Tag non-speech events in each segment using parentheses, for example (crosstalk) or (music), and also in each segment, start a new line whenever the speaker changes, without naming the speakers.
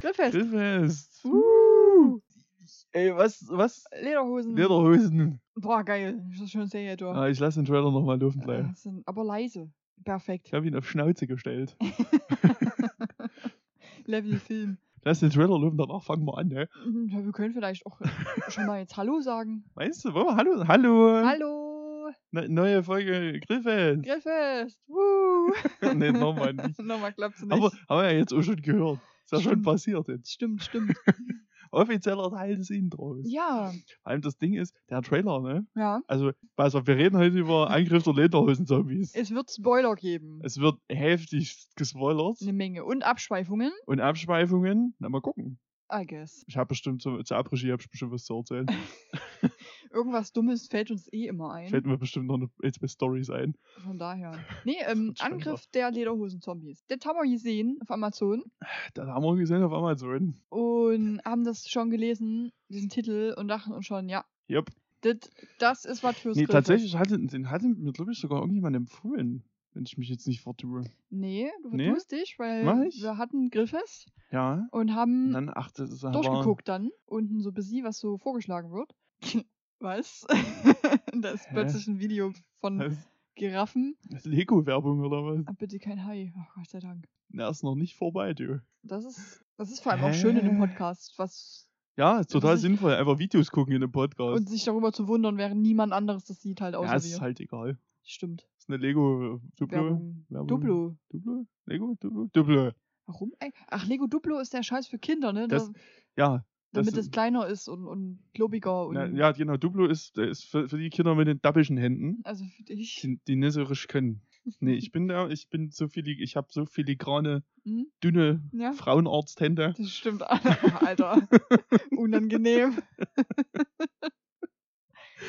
Grillfest.
Grillfest.
Uh,
Ey, was, was?
Lederhosen.
Lederhosen.
Boah, geil. Das ist schon Serie, du.
Ah, ich lasse den Trailer nochmal dürfen bleiben.
Äh, sind aber leise.
Ich
Perfekt.
habe ihn auf Schnauze gestellt.
Level
(laughs)
Film.
Lass den Trailer laufen, danach fangen wir an, ne?
Mhm, Ja, wir können vielleicht auch schon mal jetzt Hallo
(laughs)
sagen.
Meinst du, wollen wir Hallo? Hallo!
Hallo,
Ne- neue Folge Grillfest.
Grillfest. Woo. (laughs)
(laughs) nee, nochmal nicht.
Nochmal klappt's (laughs) nicht.
Aber haben wir ja jetzt auch schon gehört. Ist ja schon
Stimmt.
passiert jetzt.
stimmt,
(laughs)
stimmt.
Offizieller Teil des Intros.
Ja,
Vor allem das Ding ist, der Trailer, ne?
ja.
Also, pass auf, wir reden heute über Angriff der Lederhosen-Zombies.
Es wird Spoiler geben.
Es wird heftig gespoilert
Eine Menge. Und Abschweifungen,
und Abschweifungen. Na, mal gucken.
I guess.
Ich habe bestimmt zur, zur Abregie habe ich bestimmt was zu erzählen.
Irgendwas Dummes fällt uns eh immer ein.
Fällt mir bestimmt noch eine, jetzt bei Stories ein.
Von
(laughs)
daher. Nee, ähm,
wird schon
Angriff der Lederhosen-Zombies. Das haben wir gesehen auf Amazon
Das haben wir gesehen auf Amazon.
und haben das schon gelesen, diesen Titel, und dachten uns schon, ja,
Yep.
das, das ist was fürs
Nee,
Grillfest.
tatsächlich hatte, den hatte mir, glaube ich, sogar irgendjemand empfohlen, wenn ich mich jetzt nicht vertue.
Nee, du
Nee?
vertust dich, weil
Mach ich?
wir hatten Grillfest
Ja.
und
Und
haben
dann achte das war-
durchgeguckt dann, unten so bis sie, was so vorgeschlagen wird. (laughs) was? (laughs) da ist
Hä?
plötzlich ein Video von
Das
Giraffen.
das ist Lego-Werbung oder was?
Ah, bitte kein Hai, ach Gott sei Dank.
Na, ist noch nicht vorbei, du.
Das ist, das ist vor allem auch schön in einem
Hä?
Podcast, was
Ja, ist total
Das ist-
sinnvoll. Einfach Videos gucken in einem Podcast.
und sich darüber zu wundern, während niemand anderes das sieht, halt außer
ja, ist
wir.
halt egal.
Stimmt.
Ist eine Lego Duplo.
Werbung.
Werbung.
Duplo.
Duplo? Lego? Duplo? Duplo.
Warum? eig- Ach, Lego Duplo ist der Scheiß für Kinder, ne?
Das-
Da-
Ja. das
damit
ist-
es kleiner ist und, und klobiger und
Na, ja, genau. Duplo ist, der ist für, für die Kinder mit den dappischen Händen,
also für dich.
die, die nicht so richtig können. Nee, ich bin da, ich bin so viel, ich habe so filigrane,
Hm?
dünne
Ja.
Frauenarzthände.
Das stimmt, (laughs)
(laughs)
Alter. Unangenehm.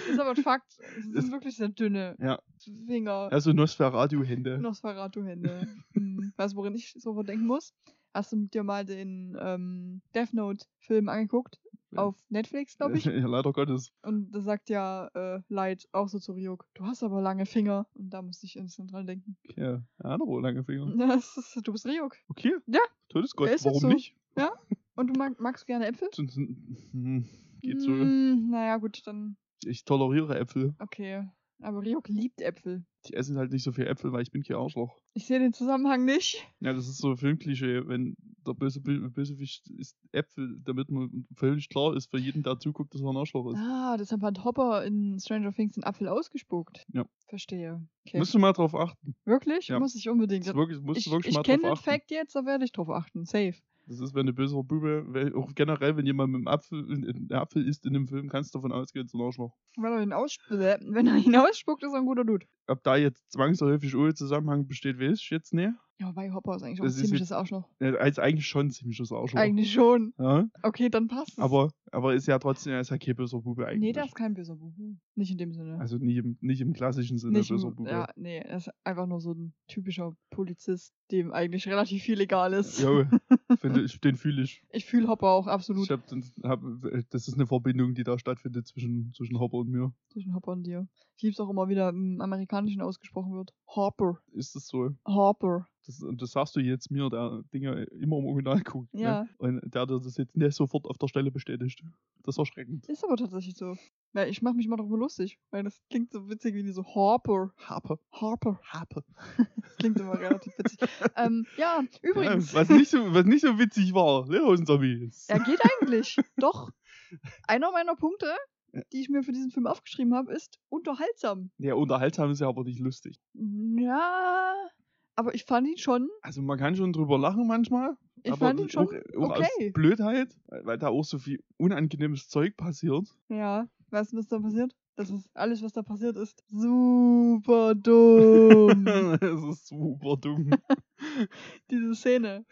ist aber ein Fakt. Es sind
Das-
wirklich sehr dünne
Ja.
Finger.
Also Nosferatu-Hände.
Nosferatu-Hände. hm. Weißt du, worin ich sofort denken muss? Hast du mit dir mal den ähm, Death Note-Film angeguckt?
Ja. Äh,
Auf Netflix, glaube ich.
(laughs) ja, leider Gottes.
Und da sagt ja äh, Light auch so zu Ryuk, du hast aber lange Finger. Und da musste ich instant dran denken.
Ja, andere lange Finger.
(laughs) Das ist, du bist Ryuk.
Okay.
Mhm. Ja.
Todesgott,
Ist jetzt
warum
so.
nicht?
Und du mag, magst gerne Äpfel?
Sonst- hm, Geht so.
Mm, naja, gut, dann
Ich toleriere Äpfel.
okay. Aber Ryuk liebt Äpfel.
Ich esse halt nicht so viel Äpfel, weil ich bin kein Arschloch.
Ich sehe den Zusammenhang nicht.
Ja, das ist so ein Filmklischee, wenn der böse Bö- Bösewicht isst Äpfel, damit man völlig klar ist für jeden, der zuguckt, dass er ein Arschloch ist.
Ah, deshalb hat Hopper in Stranger Things den Apfel ausgespuckt.
Ja.
Verstehe. Okay.
Musst du mal drauf achten.
wirklich?
Ja.
Muss ich unbedingt.
Das wirklich, musst
ich
du wirklich
ich
mal
kenne den
drauf achten.
Fact jetzt, da werde ich drauf achten. Safe.
Das ist, wenn ein böser Bube, weil auch generell, wenn jemand mit einem Apfel, in- in- einen Apfel isst in einem Film, kannst du davon ausgehen, es ist ein Arschloch.
Wenn er ihn, aussp äh, (laughs) wenn er ihn ausspuckt, ist er ein guter Dude.
Ob da jetzt zwangsläufig ohne Zusammenhang besteht, weiß ich jetzt nicht.
Ja, wobei Hopper ist eigentlich auch
Das
ein
ist
ziemliches Arschloch.
Er ist eigentlich schon ein ziemliches Arschloch.
Eigentlich schon.
Ja?
Okay, dann passt es.
Aber, aber ist ja trotzdem, er ist ja kein böser Bube eigentlich.
nee, das ist kein böser Bubu. Nicht in dem Sinne.
also nicht im, nicht im klassischen Sinne
nicht
böser
im,
Bube.
ja, nee, er ist einfach nur so ein typischer Polizist, dem eigentlich relativ viel egal ist. (laughs)
Jo, finde ich- den fühle ich.
Ich fühle Hopper auch absolut
Ich hab, den- hab, das ist eine Verbindung, die da stattfindet zwischen, zwischen Hopper und mir.
zwischen Hopper und dir. Ich lieb's auch immer wieder im Amerikanischen ausgesprochen wird. Hopper.
Ist das so?
Hopper.
Das, und das sagst du jetzt mir, der Dinge immer im Original guckt.
Ja.
Ne? Und der dir das jetzt nicht sofort auf der Stelle bestätigt. Das ist erschreckend.
Ist aber tatsächlich so. Na, ich mach mich mal darüber lustig, weil das klingt so witzig wie diese Hopper.
Hape,
Harper.
Hape.
Das klingt immer relativ witzig.
(laughs)
Ähm, ja, übrigens.
Ja, was, nicht so, was nicht so witzig war, ne, Lehrhosen-Zombies.
Er geht eigentlich. Doch. Einer meiner Punkte, die ich mir für diesen Film aufgeschrieben habe, ist unterhaltsam.
Ja, unterhaltsam ist ja aber nicht lustig.
Ja, aber ich fand ihn schon.
Also man kann schon drüber lachen manchmal.
Ich
aber
fand ihn schon.
auch, auch
okay.
aus Blödheit, weil weil da auch so viel unangenehmes Zeug passiert.
Ja, weißt du, was da passiert? Das ist alles, was da passiert ist. Super
(laughs)
dumm.
das ist super dumm.
Diese Szene.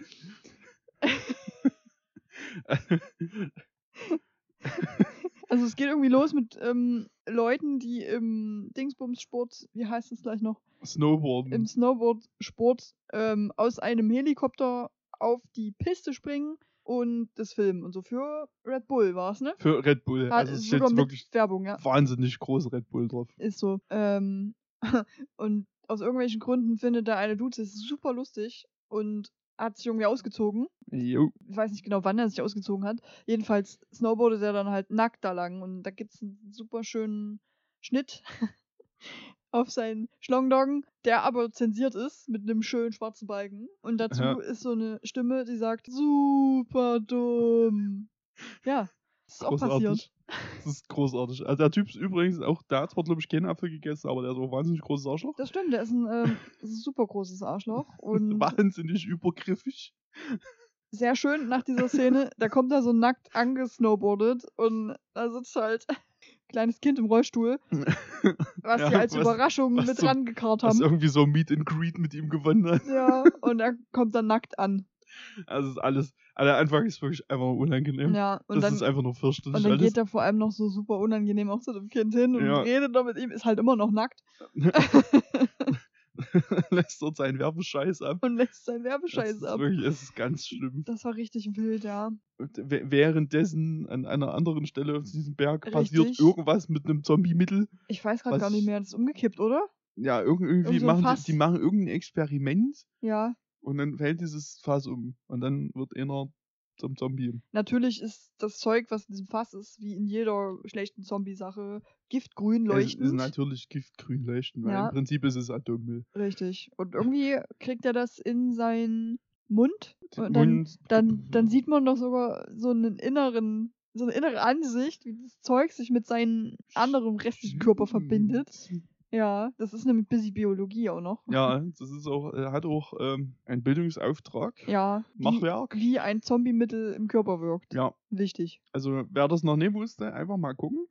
Also es geht irgendwie los mit ähm, Leuten, die im Dingsbums-Sport, wie heißt es gleich noch?
Snowboarden.
im Snowboard-Sport ähm, aus einem Helikopter auf die Piste springen und das filmen. Und so für Red Bull war es, ne?
Für Red Bull.
Hat
also es ist
sogar
jetzt
mit
wirklich
Werbung, ja.
wahnsinnig groß Red Bull drauf.
Ist so. (laughs) Ähm, und aus irgendwelchen Gründen findet da eine Dude, das ist super lustig und hat sich irgendwie ausgezogen.
Jo.
Ich weiß nicht genau, wann er sich ausgezogen hat. Jedenfalls snowboardet er dann halt nackt da lang und da gibt's einen super schönen Schnitt (laughs) auf seinen Schlongdoggen, der aber zensiert ist mit einem schönen schwarzen Balken. Und dazu
Ja.
ist so eine Stimme, die sagt, super dumm. Ja, das ist auch passiert.
Großartig. Das ist großartig. Also der Typ ist übrigens auch, der hat zwar glaube ich keinen Apfel gegessen, aber der ist auch ein wahnsinnig großes Arschloch.
Das stimmt, der ist ein ähm, super großes Arschloch (laughs)
(laughs)
und
wahnsinnig übergriffig.
sehr schön nach dieser Szene, da kommt er so nackt angesnowboardet und da sitzt halt ein kleines Kind im
(laughs)
Rollstuhl, was
Ja,
sie als
was-
Überraschung
was
mit
so-
rangekarrt
Was
haben.
irgendwie so Meet and Greet mit ihm gewonnen hat.
Ja, und er kommt dann nackt an.
Also ist alles, also der Anfang ist wirklich einfach nur unangenehm.
Ja, und
das
dann,
ist einfach nur fürchterlich
und dann
alles.
geht er vor allem noch so super unangenehm auch zu dem Kind hin und
Ja.
redet noch mit ihm, ist halt immer noch nackt
(laughs) Lässt dort seinen Werbescheiß ab.
und lässt seinen
Das
Werbescheiß
ist
ab.
Wirklich, es ist ganz schlimm.
Das war richtig wild, ja.
Und w- Währenddessen an einer anderen Stelle auf diesem Berg passiert
Richtig.
irgendwas mit einem Zombie-Mittel.
Ich weiß gerade
Was-
gar nicht mehr, das ist umgekippt, oder?
Ja, irgend, irgendwie
Irgend so ein
machen
Fass.
die, die machen irgendein Experiment
Ja.
und dann fällt dieses Fass um. Und dann wird einer zum Zombie.
Natürlich ist das Zeug, was in diesem Fass ist, wie in jeder schlechten Zombie-Sache, giftgrün
Es halt ist
leuchtend.
natürlich giftgrün leuchten, weil
Ja.
im Prinzip ist es Atommüll.
Richtig. Und irgendwie kriegt er das in seinen Mund. Und dann,
und
dann, dann sieht man doch sogar so einen inneren, so eine innere Ansicht, wie das Zeug sich mit seinem anderen restlichen Körper
Hm.
verbindet. Ja, das ist nämlich Busy Biologie auch noch.
Ja, das ist auch, er hat auch ähm, einen Bildungsauftrag.
Ja. Wie,
Machwerk.
wie ein Zombie-Mittel im Körper wirkt.
Ja,
Wichtig.
also wer das noch nicht wusste, einfach mal gucken.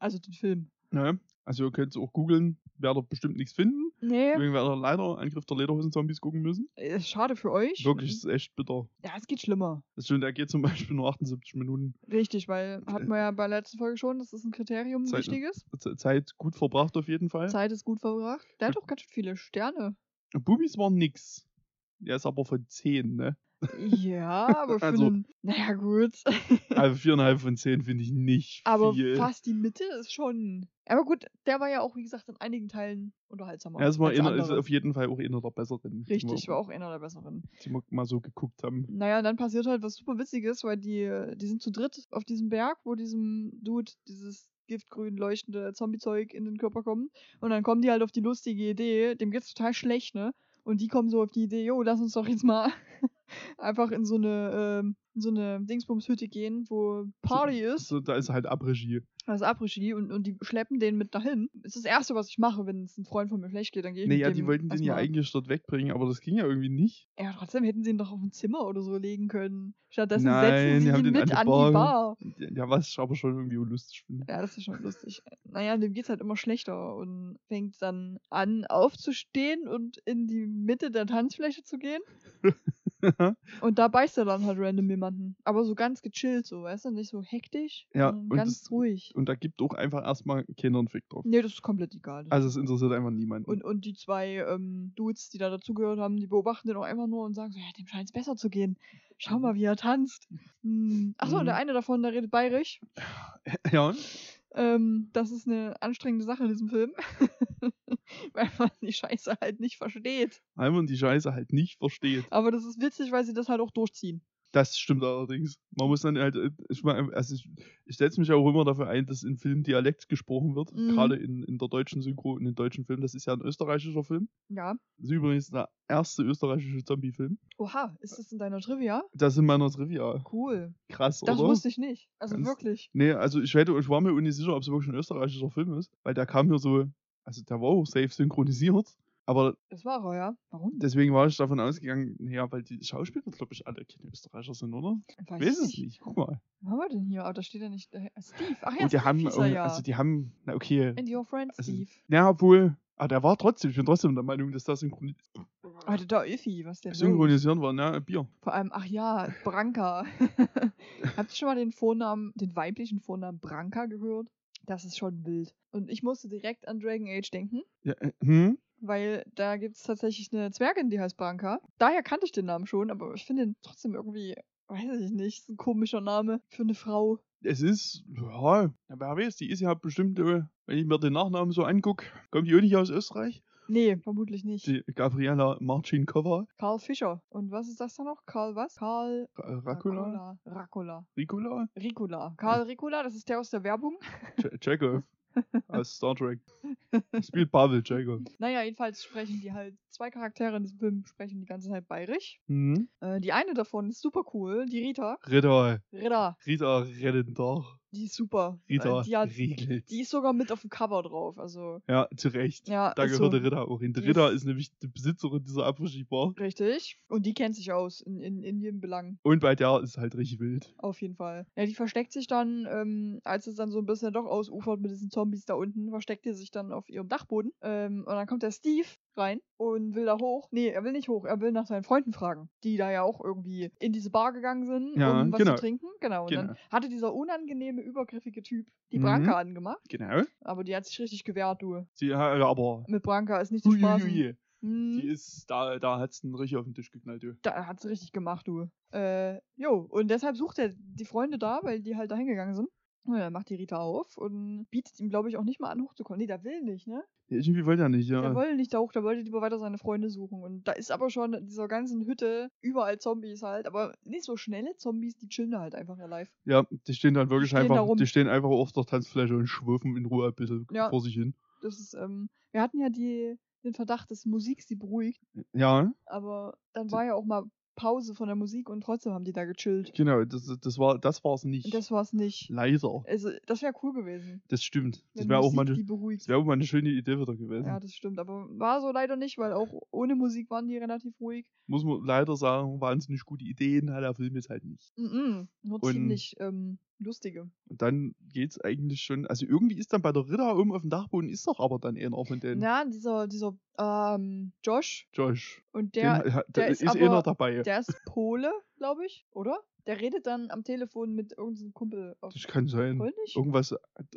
Also den Film.
Ne? Also ihr könnt es auch googeln, werdet bestimmt nichts finden.
Nee,
Deswegen werdet ihr leider Angriff der Lederhosen-Zombies gucken müssen.
äh, schade für euch. Äh,
Wirklich, ist echt bitter.
Ja, es geht schlimmer.
Das stimmt, der geht zum (laughs) Beispiel nur 78 Minuten
Richtig, weil hatten wir ja bei der letzten Folge schon, das ist ein Kriterium, ein
Zeit-
wichtiges.
Z- Zeit gut verbracht auf jeden Fall.
Zeit ist gut verbracht. Der hat doch ganz schön viele
(laughs)
Sterne.
Bubis waren nix. Der ist aber von 10, ne?
Ja, aber für
Also-
einen, naja gut.
Also 4,5 von 10 finde ich nicht
Aber
viel.
fast die Mitte ist schon. Aber gut, der war ja auch, wie gesagt, in einigen Teilen unterhaltsamer.
Er ist, mal
als
einer, ist
andere.
auf jeden Fall auch einer der Besseren.
Richtig,
die
war
wir,
auch einer der besseren.
die wir mal so geguckt haben.
Naja, und dann passiert halt was super Witziges, weil die, äh, die sind zu dritt auf diesem Berg, wo diesem Dude dieses giftgrün leuchtende Zombie-Zeug in den Körper kommt. Und dann kommen die halt auf die lustige Idee, dem geht's total schlecht, ne? Und die kommen so auf die Idee, jo, lass uns doch jetzt mal (laughs) einfach in so eine, ähm, in so eine Dingsbums-Hütte gehen, wo Party ist,
So, da ist halt Abregie.
also Abrischi, und, und die schleppen den mit dahin. Das ist das Erste, was ich mache, wenn es ein Freund von mir schlecht geht, dann gehe ich
Naja,
mit dem
die wollten den ja
erstmal-
eigentlich dort wegbringen, aber das ging ja irgendwie nicht.
Ja, trotzdem hätten sie ihn doch auf ein Zimmer oder so legen können. Stattdessen
Nein, die
setzen sie
haben
ihn
den
mit an
an
die
die Bar-
Bar.
Ja, was ich aber schon irgendwie lustig
(laughs)
finde.
Ja, das ist schon lustig. Naja, dem geht's halt immer schlechter und fängt dann an aufzustehen und in die Mitte der Tanzfläche zu gehen. Und da beißt er dann halt random jemanden. Aber so ganz gechillt, so, weißt du, nicht so hektisch.
Ja,
sondern
und
ganz
das-
ruhig.
Und da gibt auch einfach erstmal keiner einen Fick drauf.
Nee, das ist komplett egal.
Also es interessiert einfach niemanden.
und, und die zwei ähm, Dudes, die da dazugehört haben, die beobachten den auch einfach nur und sagen so, ja, dem scheint es besser zu gehen. Schau mal, wie er tanzt. Hm. Achso, und der
Mhm.
eine davon, der redet bayerisch.
ja,
Ähm, das ist eine anstrengende Sache in diesem Film. (laughs) weil man die Scheiße halt nicht versteht.
weil man die Scheiße halt nicht versteht.
Aber das ist witzig, weil sie das halt auch durchziehen.
Das stimmt allerdings. Man muss dann halt, ich meine, also ich, ich setze mich auch immer dafür ein, dass in Filmen Dialekt gesprochen wird.
Mhm.
Gerade in, in der deutschen Synchro, in den deutschen Filmen. Das ist ja ein österreichischer Film.
Ja.
Das ist übrigens der erste österreichische Zombie-Film.
Oha, ist das in deiner Trivia?
Das in meiner Trivia.
Cool.
Krass,
Das
oder?
wusste ich nicht. Also
Ganz-
wirklich.
Nee, also ich hätte, ich war mir auch nicht sicher, ob es wirklich ein österreichischer Film ist, weil der kam hier so, also der war auch safe synchronisiert, aber
Das war er, ja. Warum?
deswegen war ich davon ausgegangen, naja, weil die Schauspieler, glaube ich, alle keine Österreicher sind, oder?
Weiß
Weiß
ich
es nicht, guck mal.
Was haben wir denn hier? Ah, da steht ja nicht. Äh, Steve. Ach ja,
Und die
Steve
haben,
hieß er
irgendwie-
ja.
also die haben, na okay,
And your friend
also-
Steve.
ja, obwohl, ah, der war trotzdem, ich bin trotzdem der Meinung, dass das synchron
Ah, der da Iffi, was der will.
synchronisieren war, ne, ein Bier.
Vor allem, ach ja, Branka. Habt ihr schon mal den Vornamen, den weiblichen Vornamen Branka gehört? Das ist schon wild. Und ich musste direkt an Dragon Age denken.
Ja, äh, hm?
weil da gibt es tatsächlich eine Zwergin, die heißt Branka. Daher kannte ich den Namen schon, aber ich finde ihn trotzdem irgendwie, weiß ich nicht, ist ein komischer Name für eine Frau.
Es ist, ja, wer weiß, die ist ja bestimmt, äh, wenn ich mir den Nachnamen so angucke, kommt die auch nicht aus Österreich?
Nee, vermutlich nicht.
Die Gabriela Marcinkova,
Karl Fischer. Und was ist das da noch? Karl was? Karl
Ra- äh, Rakula,
Rakula.
Rikula,
Ricula. Karl Ricula, das ist der aus der Werbung. (laughs)
J- Chekhov aus Star Trek. Spielt Pavel Chekhov.
Naja, jedenfalls sprechen die halt, zwei Charaktere in diesem Film sprechen die ganze Zeit bayerisch.
Mhm.
Äh, die eine davon ist super cool, die Rita.
Ritter,
Rita,
Rita Redendor,
die ist super.
Rita
Äh, die, hat,
Riegelt.
die ist sogar mit auf dem Cover drauf. Also,
Ja, zu Recht.
ja.
Da
ist
gehört
so,
der Ritter auch hin. Der
die
Ritter
ist-
ist nämlich die Besitzerin dieser Abwaschbar.
Richtig. Und die kennt sich aus in, in, in jedem Belang.
Und bei der ist es halt richtig wild.
Auf jeden Fall. Ja, die versteckt sich dann, ähm, als es dann so ein bisschen doch ausufert mit diesen Zombies da unten, versteckt die sich dann auf ihrem Dachboden. Ähm, und dann kommt der Steve rein und will da hoch. Nee, er will nicht hoch, er will nach seinen Freunden fragen, die da ja auch irgendwie in diese Bar gegangen sind,
Ja,
um was
genau.
zu trinken. Genau. Und
Genau.
dann hatte dieser unangenehme, übergriffige Typ die
Mhm.
Branka angemacht,
Genau.
aber die hat sich richtig gewehrt, du.
Sie hat aber.
Mit Branka ist nicht zu spaßen.
Uiuiui.
Hm.
Die ist, da, da hat's einen richtig auf den Tisch geknallt, du.
Da hat's richtig gemacht, du. Äh, jo, und deshalb sucht er die Freunde da, weil die halt da hingegangen sind. Und dann macht die Rita auf und bietet ihm, glaube ich, auch nicht mal an, hochzukommen. Nee, der will nicht, ne?
Ja, Irgendwie wollte er nicht, ja.
Der wollte nicht da hoch, der wollte lieber weiter seine Freunde suchen. Und da ist aber schon in dieser ganzen Hütte überall Zombies halt, aber nicht so schnelle Zombies, die chillen da halt einfach in live.
Ja, die stehen dann wirklich
Die stehen da
einfach,
rum.
die stehen einfach auf der Tanzfläche und schwürfen in Ruhe ein bisschen
Ja.
vor sich hin.
Das ist, ähm, wir hatten ja die, den Verdacht, dass Musik sie beruhigt,
Ja,
aber dann war ja auch mal Pause von der Musik und trotzdem haben die da gechillt.
genau, das, das war das war's nicht.
Und das war's nicht.
Leiser.
Also, das wäre cool gewesen.
Das stimmt. Das
wenn
wäre auch,
Musik
mal eine-
die beruhigt.
das wär auch mal eine schöne Idee wieder gewesen.
Ja, das stimmt, aber war so leider nicht, weil auch ohne Musik waren die relativ ruhig.
Muss man leider sagen, wahnsinnig gute Ideen hat der Film jetzt halt nicht.
Mhm, nur
Und-
ziemlich ähm, lustige.
Und dann geht's eigentlich schon, also irgendwie ist dann bei der Ritter oben auf dem Dachboden ist doch aber dann einer von denen.
Ja, dieser, dieser ähm, Josh
Josh.
und der,
den, ha- da
der ist
ist,
aber-
einer dabei.
der ist Pole, glaube ich, oder? Der redet dann am Telefon mit irgendeinem Kumpel auf
das kann sein. Oh.
Polnisch.
Irgendwas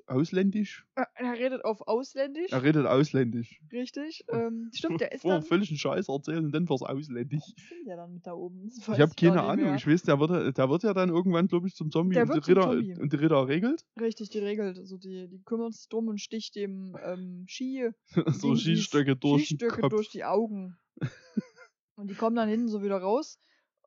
ausländisch?
Äh, Er redet auf Ausländisch,
Er Oh. redet ausländisch.
richtig. Ähm,
(laughs)
stimmt, der ist
Vorher
dann,
völligen Scheiß erzählen und dann war's ausländisch.
was sind der dann mit da oben? Das weiß
Ich habe
gar
keine
nicht
Ahnung.
mehr.
Ich weiß, der wird, ja- der wird ja dann irgendwann, glaube ich, zum Zombie,
Der
und,
wird
die
zum
Ritter,
Zombie.
und die Ritter regelt.
Richtig, die regelt, also die, die kümmern sich drum und sticht dem ähm, Ski
(laughs) so
Ding, die
Schießstöcke durch den
Skistöcke
Kopf.
durch die
(laughs)
Augen. und die kommen dann hinten so wieder raus.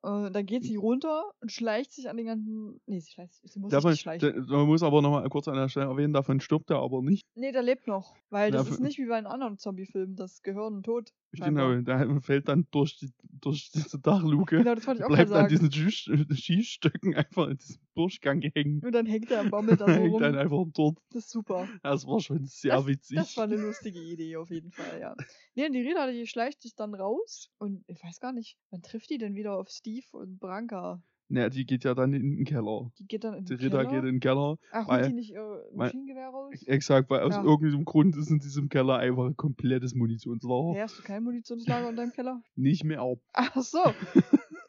Äh, dann geht sie runter und schleicht sich an den ganzen. Nee, sie, schleicht, sie muss
Davon,
nicht schleichen.
der, man muss aber noch mal kurz an der Stelle erwähnen, davon stirbt er aber nicht.
nee, der lebt noch. Weil das
Dafür-
ist nicht wie bei einem anderen Zombie-Film, das Gehirn tot.
Genau, der fällt dann durch, die, durch diese Dachluke.
Genau, das wollte ich auch gerade
bleibt an
sagen.
diesen Schieß- Schießstöcken einfach in diesem Durchgang hängen.
Und dann hängt er am Bammel
(laughs)
da so
hängt dann
rum.
einfach dort.
Das ist super.
Das war schon sehr witzig.
(laughs) Das war eine lustige Idee auf jeden Fall, ja. Nee, und die Rita, die schleicht sich dann raus und ich weiß gar nicht, wann trifft die denn wieder auf Steve und Branka?
naja, die geht ja dann in den Keller.
Die geht dann in
Die
den
Ritter
Keller.
geht in den Keller.
Ach,
weil-
holt die nicht ihr
weil-
Maschinengewehr raus?
Exakt, weil aus
Ja.
irgendeinem Grund ist in diesem Keller einfach ein komplettes Munitionslager.
Hey, hast du kein Munitionslager in deinem
(laughs)
Keller?
Nicht mehr
Ach so.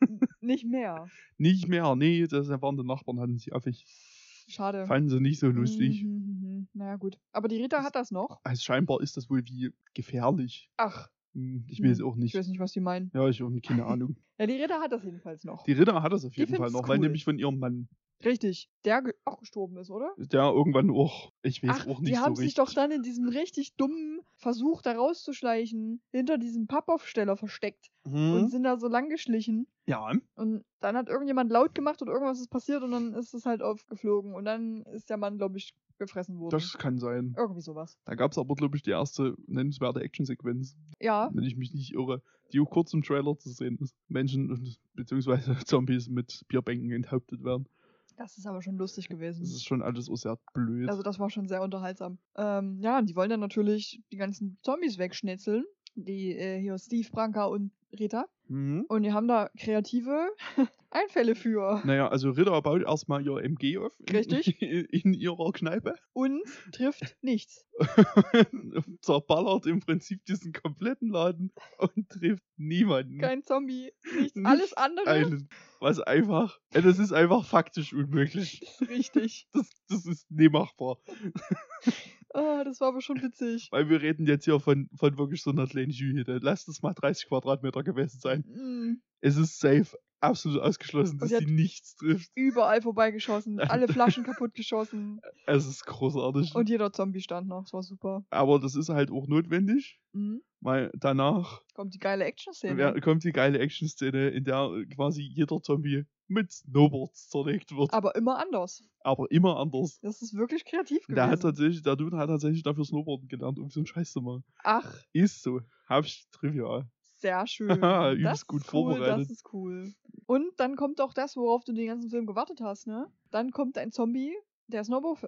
N- Nicht mehr.
Nicht mehr, nee, das waren die Nachbarn, hatten sich affig.
Schade.
Fanden sie nicht so lustig.
Mhm, mhm, mhm. Naja, gut. Aber die Rita hat das noch.
Also scheinbar ist das wohl wie gefährlich.
Ach,
Hm, Ich will es
Hm,
auch
ich
nicht.
weiß nicht, was die meinen.
Ja, ich habe keine Ahnung.
Ja, die Rita hat das jedenfalls noch.
Die Ritter hat das auf
Die
jeden Fall
finden's
noch, weil
cool.
nämlich von ihrem Mann,
Richtig. Der ge- auch gestorben ist, oder?
der irgendwann auch, ich weiß
Ach,
auch nicht
die
so
haben sich
richtig.
doch dann in diesem richtig dummen Versuch, da rauszuschleichen, hinter diesem Pappaufsteller versteckt und
hm?
sind da so lang geschlichen.
Ja,
Und dann hat irgendjemand laut gemacht und irgendwas ist passiert und dann ist es halt aufgeflogen. Und dann ist der Mann, glaube ich, gefressen worden.
das kann sein.
Irgendwie sowas.
Da gab es aber, glaube ich, die erste nennenswerte Actionsequenz,
Ja,
wenn ich mich nicht irre, die auch kurz im Trailer zu sehen ist. Menschen und- beziehungsweise (laughs) Zombies mit Bierbänken enthauptet werden.
das ist aber schon lustig gewesen.
Das ist schon alles auch sehr blöd.
Mhm. Also das war schon sehr unterhaltsam. Ähm, ja, und die wollen dann natürlich die ganzen Zombies wegschnetzeln. Die äh, hier Steve, Branka und Rita.
mhm.
Und die haben da kreative (laughs) Einfälle für.
Naja, also Ritter baut erstmal ihr MG auf. in-
Richtig.
In, (laughs) in ihrer Kneipe. (laughs)
Und trifft nichts.
und zerballert im Prinzip diesen kompletten Laden und (laughs) trifft niemanden.
Kein Zombie, nichts.
Nicht
Alles andere
einen. Was einfach. Ey, Das ist einfach faktisch unmöglich.
ist richtig.
Das, das ist nie machbar.
Ah, das war aber schon witzig.
Weil wir reden jetzt hier von, von wirklich so einer kleinen Jühütte. Lass das mal 30 Quadratmeter gewesen sein.
Mm,
Es ist safe absolut ausgeschlossen,
Und
dass
sie
sie
hat-
nichts trifft.
Überall vorbeigeschossen, alle Flaschen
(laughs)
kaputtgeschossen
Es ist großartig.
und jeder Zombie stand noch. Das war super.
Aber das ist halt auch notwendig,
Mhm.
weil danach
Kommt die geile Action-Szene.
wer- kommt die geile Action-Szene, in der äh, quasi jeder Zombie mit Snowboards zerlegt wird,
Aber immer anders.
aber immer anders.
Das ist wirklich kreativ gewesen.
Der, hat tatsächlich, der Dude hat tatsächlich dafür Snowboarden gelernt, um so einen Scheiß zu machen.
Ach,
Ist so. Hab ich trivial.
sehr schön.
Haha, (laughs) übelst
das
gut
ist cool,
vorbereitet.
Das ist cool. Und dann kommt auch das, worauf du den ganzen Film gewartet hast, ne? Dann kommt ein Zombie, der Snowboard,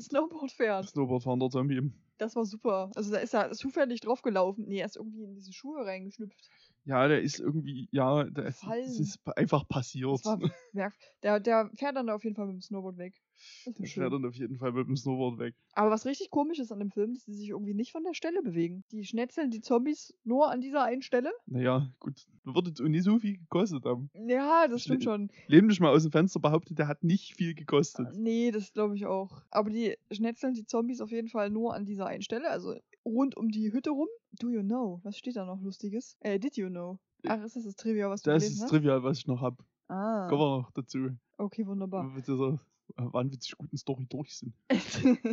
Snowboard fährt.
Snowboardfahren der Zombie.
Das war super. Also da ist er zufällig draufgelaufen. Nee, er ist irgendwie in diese Schuhe reingeschlüpft.
Ja, der ist irgendwie, ja, der ist,
Gefallen.
es ist einfach passiert.
Das war merk der, der fährt dann auf jeden Fall mit dem Snowboard weg. (laughs) Das war
Der fährt
schön.
dann auf jeden Fall mit dem Snowboard weg.
Aber was richtig komisch ist an dem Film, dass die sich irgendwie nicht von der Stelle bewegen. Die schnetzeln die Zombies nur an dieser einen Stelle.
Naja, gut, wird jetzt auch nicht so viel gekostet haben.
Ja, das stimmt
Schnell-
schon.
Lehn dich mal aus dem Fenster behauptet, der hat nicht viel gekostet.
Nee, das glaube ich auch. Aber die schnetzeln die Zombies auf jeden Fall nur an dieser einen Stelle, also rund um die Hütte rum. Do you know? Was steht da noch Lustiges? Äh, did you know? Ach, ist das das Trivia, was du
Das
gelesen
ist
hast?
trivial, was ich noch hab.
ne? ah,
Kommen wir noch dazu.
okay, wunderbar.
Mit dieser wahnwitzig guten Story durch sind.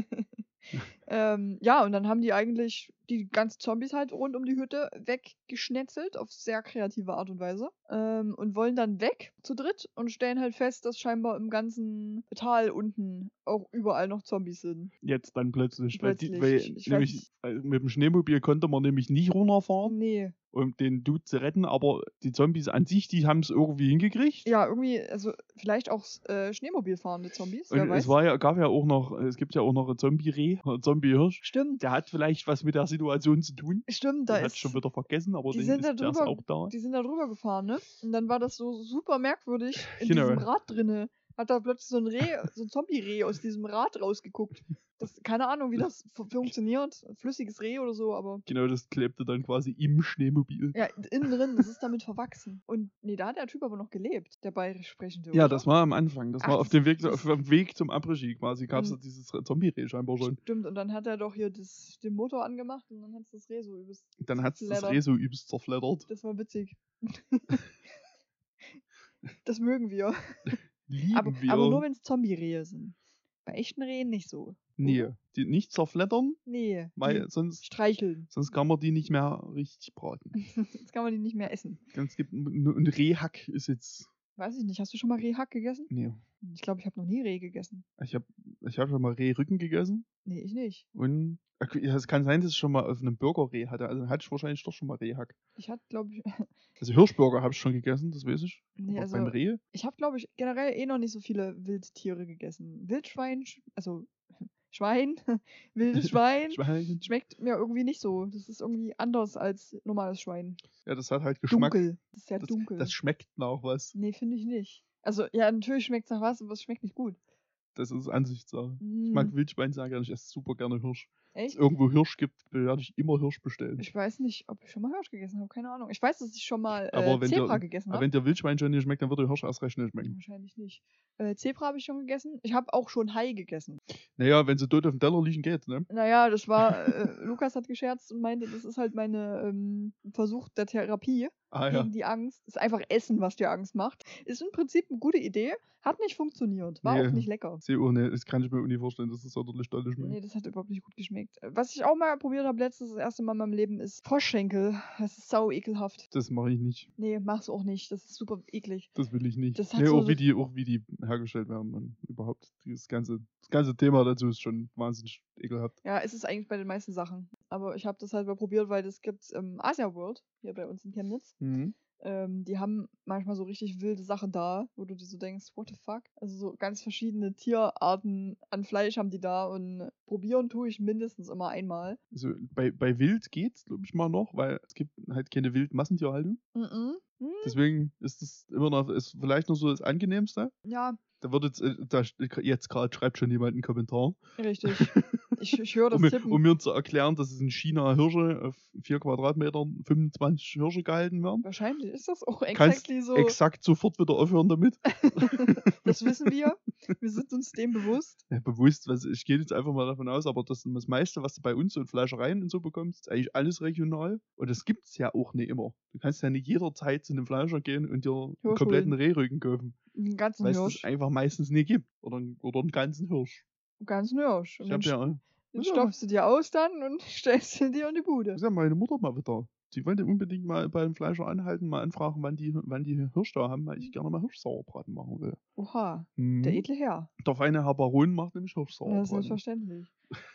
(laughs) ähm, ja, und dann haben die eigentlich die ganzen Zombies halt rund um die Hütte weggeschnetzelt, auf sehr kreative Art und Weise. Ähm, und wollen dann weg zu dritt und stellen halt fest, dass scheinbar im ganzen Tal unten auch überall noch Zombies sind.
Jetzt dann plötzlich. Weil,
Plötzlich,
die, weil
ich- ich weiß
nämlich,
nicht.
weil mit dem Schneemobil konnte man nämlich nicht runterfahren,
Oh, Nee.
um den Dude zu retten, aber die Zombies an sich, die haben es irgendwie hingekriegt.
Ja, irgendwie, also vielleicht auch äh, Schneemobil fahrende Zombies, wer
Und
weiß.
es war ja, gab ja auch noch, es gibt ja auch noch ein Zombie-Reh, ein Zombie-Hirsch.
stimmt,
Der hat vielleicht was mit der Situation zu tun.
stimmt, da
Da hat
ist,
schon wieder vergessen, aber
die
den
sind
ist,
da
der ist
drüber-
auch da.
die sind da drüber gefahren, ne? Und dann war das so super
(laughs)
merkwürdig, in
Genau.
diesem Rad drinne hat da plötzlich so ein Reh, so ein Zombie-Reh aus diesem Rad rausgeguckt. Das, keine Ahnung, wie das fu- funktioniert, ein flüssiges Reh oder so, aber
Genau, das klebte dann quasi im Schneemobil.
ja, innen drin, das ist damit verwachsen. Und nee, da hat der Typ aber noch gelebt, der bayerisch sprechende.
Ja,
oder?
das war am Anfang. Das
Ach,
war auf dem Weg,
das-
auf dem Weg zum Abregie quasi. Gab es
Mhm.
ja dieses Zombie-Reh scheinbar schon.
Stimmt, und dann hat er doch hier das, den Motor angemacht und dann hat das Reh so übers.
Dann hat das
Leider.
Reh so übelst zerfleddert.
Das war
(laughs)
witzig. das mögen wir.
Lieben
Aber,
wir.
aber nur wenn es Zombie-Rehe sind. Bei echten Rehen nicht so.
nee, die nicht zerfleddern,
Nee.
weil
die
sonst,
streicheln.
sonst kann man die nicht mehr richtig
(laughs)
braten.
Jetzt kann man die nicht mehr essen.
Es gibt n- nur ein Rehhack ist jetzt.
Weiß ich nicht. Hast du schon mal Rehhack gegessen?
Nee.
Ich glaube, ich habe noch nie Reh gegessen.
Ich habe ich hab schon mal Rehrücken gegessen
Nee, ich nicht.
und Ach, ja, es kann sein, dass ich schon mal auf einem Burger Reh hatte. Also hatte ich wahrscheinlich doch schon mal Rehhack.
Ich hatte, glaube ich. (laughs)
Also Hirschburger habe ich schon gegessen, das weiß ich.
Nee,
aber
also,
beim Reh?
ich habe, glaube ich, generell eh noch nicht so viele Wildtiere gegessen. Wildschwein, sch- also (laughs) Schwein, (laughs) wildes
(laughs)
Schwein.
Schwein.
Schmeckt mir irgendwie nicht so. Das ist irgendwie anders als normales Schwein.
Ja, das hat halt Geschmack.
Dunkel. Das ist ja dunkel.
Das schmeckt nach was.
Nee, finde ich nicht. Also, ja, natürlich schmeckt es nach was, aber es schmeckt nicht gut.
Das ist Ansichtssache. Ich
Mm,
mag Wildschwein sehr gerne, ich esse super gerne Hirsch. Wenn es
echt?
irgendwo Hirsch gibt, werde ich immer Hirsch bestellen.
Ich weiß nicht, ob ich schon mal Hirsch gegessen habe, keine Ahnung. Ich weiß, dass ich schon mal äh,
Aber wenn also
Zebra
der-
gegessen
Aber
habe.
wenn dir Wildschwein schon nicht schmeckt, dann wird der Hirsch erst recht nicht schmecken.
Wahrscheinlich nicht. Äh, Zebra habe ich schon gegessen. Ich habe auch schon Hai gegessen.
Naja, wenn sie tot auf dem Teller liegen, geht, ne?
Naja, das war,
(laughs)
äh, Lukas hat gescherzt und meinte, das ist halt meine ähm, Versuch der Therapie
Ah ja.
gegen die Angst. Ist einfach Essen, was dir Angst macht. Ist im Prinzip eine gute Idee, hat nicht funktioniert, war
Nee.
auch nicht lecker.
Sehe auch nicht, oh ne, das kann ich mir auch nicht vorstellen, dass das sonderlich doll schmeckt.
Nee, das hat überhaupt nicht gut geschmeckt. Äh, Was ich auch mal probiert habe, letztens, das erste Mal in meinem Leben, ist Froschschenkel. Das ist sau ekelhaft.
Das mache ich nicht.
Nee, mach's auch nicht. Das ist super eklig.
Das will ich nicht.
Das hat
nee,
so
auch, wie
das-
die, auch wie die hergestellt werden und überhaupt. Das ganze, das ganze Thema dazu ist schon wahnsinnig ekelhaft.
Ja, es ist eigentlich bei den meisten Sachen. Aber ich habe das halt mal probiert, weil das gibt's im Asia World, hier bei uns in Chemnitz.
Mhm.
Ähm, die haben manchmal so richtig wilde Sachen da, wo du dir so denkst, what the fuck? Also so ganz verschiedene Tierarten an Fleisch haben die da und probieren tue ich mindestens immer einmal.
Also bei, bei Wild geht's, glaube ich, mal noch, weil es gibt halt keine Wildmassentierhaltung.
Mhm. Hm,
Deswegen ist das immer noch, ist vielleicht noch so das Angenehmste.
Ja,
Da wird jetzt, äh, da, sch- jetzt gerade schreibt schon jemand einen Kommentar, (laughs)
richtig. Ich, ich höre das
um, mir-
Tippen.
um mir zu erklären, dass es in China Hirsche auf 4 Quadratmetern 25 Hirsche gehalten werden.
Wahrscheinlich ist das auch
Kannst
exactly so.
Exakt sofort wieder aufhören damit.
das wissen wir. Wir sind uns dem bewusst.
Ja, bewusst, was, ich gehe jetzt einfach mal davon aus, aber das, das meiste, was du bei uns so in Fleischereien und so bekommst, ist eigentlich alles regional. Und das gibt es ja auch nicht immer. Du kannst ja nicht jederzeit zu einem Fleischer gehen und dir einen
Hirsch
kompletten Rehrücken kaufen,
Einen ganzen
weil es das
Hirsch.
einfach meistens nie gibt. Oder, einen- oder einen ganzen Hirsch.
Einen ganzen Hirsch. Und
Ich hab
den,
ja,
den
Ja.
stopfst du dir aus dann und (laughs) stellst ihn dir in die Bude.
ist ja meine Mutter mal wieder. Die wollte unbedingt mal bei dem Fleischer anhalten, mal anfragen, wann die, wann die Hirsch da haben, weil ich gerne mal Hirschsauerbraten machen will.
Oha,
Mhm.
der edle Herr.
Der feine Herr Baron macht nämlich
Ja, ist
Hirschsauerbraten.
selbstverständlich.